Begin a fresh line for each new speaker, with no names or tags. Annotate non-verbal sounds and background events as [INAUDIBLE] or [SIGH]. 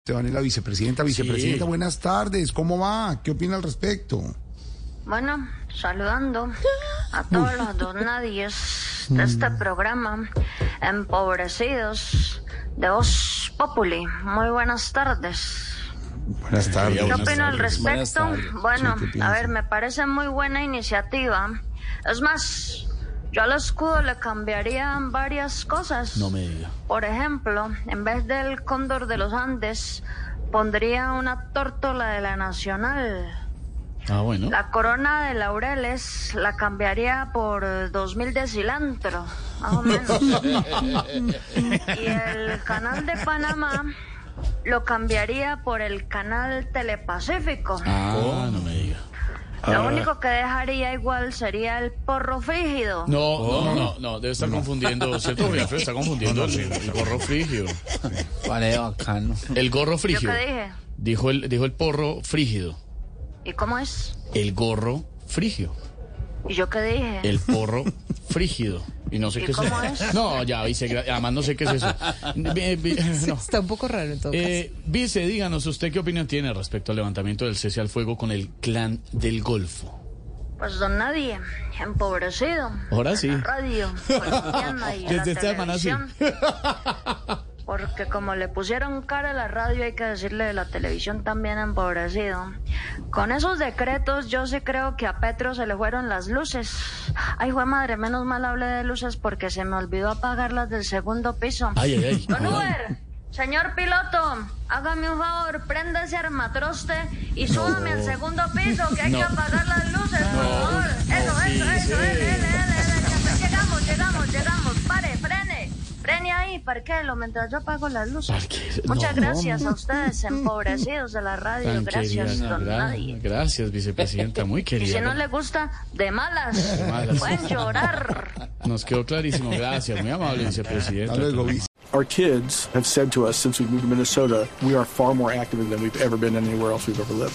Esteban es la vicepresidenta. Vicepresidenta, buenas tardes. ¿Cómo va? ¿Qué opina al respecto?
Bueno, saludando a todos los donadies de este programa, empobrecidos de Voz Populi. Muy buenas tardes.
Buenas tardes.
¿Qué opino al respecto? Bueno, a ver, me parece muy buena iniciativa. Es más, yo al escudo le cambiaría varias cosas.
No me diga.
Por ejemplo, en vez del cóndor de los Andes, pondría una tórtola de la Nacional.
Ah, bueno.
La corona de laureles la cambiaría por 2000 de cilantro, más
[LAUGHS]
o menos. y el canal de Panamá lo cambiaría por el canal Telepacífico.
Ah, no me diga.
Lo único que dejaría igual sería el porro frígido.
No, no, no, no, debe
[LAUGHS]
estar confundiendo, ¿cierto? Riafre está confundiendo el, el gorro frigio.
Vale, bacano.
El gorro
¿Yo
frigio.
qué dije?
Dijo el, dijo el porro frígido.
¿Y cómo es?
El gorro frigio.
¿Y yo qué dije?
El
[LAUGHS]
porro frígido. Y no sé
¿Y
qué
cómo
es eso.
es?
No, ya, vice, gra- además no sé qué es eso. Vi- vi-
[LAUGHS]
no.
Está un poco raro en todo caso.
Eh, vice, díganos usted qué opinión tiene respecto al levantamiento del cese al fuego con el clan del Golfo.
Pues don nadie, empobrecido.
Ahora sí.
En la
[LAUGHS]
radio, colombiana y en la
Desde esta semana sí.
televisión. Porque como le pusieron cara a la radio, hay que decirle de la televisión también empobrecido. Con esos decretos, yo sí creo que a Petro se le fueron las luces. Ay, jue madre, menos mal hablé de luces porque se me olvidó apagar las del segundo piso.
Ay, ay, ay.
Don
Ay.
Uber, señor piloto, hágame un favor, prenda ese armatroste y súbame al segundo piso, que hay
No.
que apagar las luces, por favor. Eso, eso, eso, eh, él, él, él, él, él. Llegamos, llegamos, llegamos. Pare, frene. Frene ahí, parquéelo mientras yo apago las luces.
Parque-
Muchas
no.
gracias a ustedes, empobrecidos de la radio.
Tan
Gracias,
querida,
don
gra-
Nadie.
Gracias, vicepresidenta, muy
[LAUGHS] Y
querida.
si no le gusta, de malas.
malas.
Pueden llorar.
Nos quedó clarísimo, gracias, muy amable vicepresidenta.
Hasta luego, vice.
Our kids have said to us since we moved to Minnesota, we are far more active than we've ever been anywhere else we've ever lived.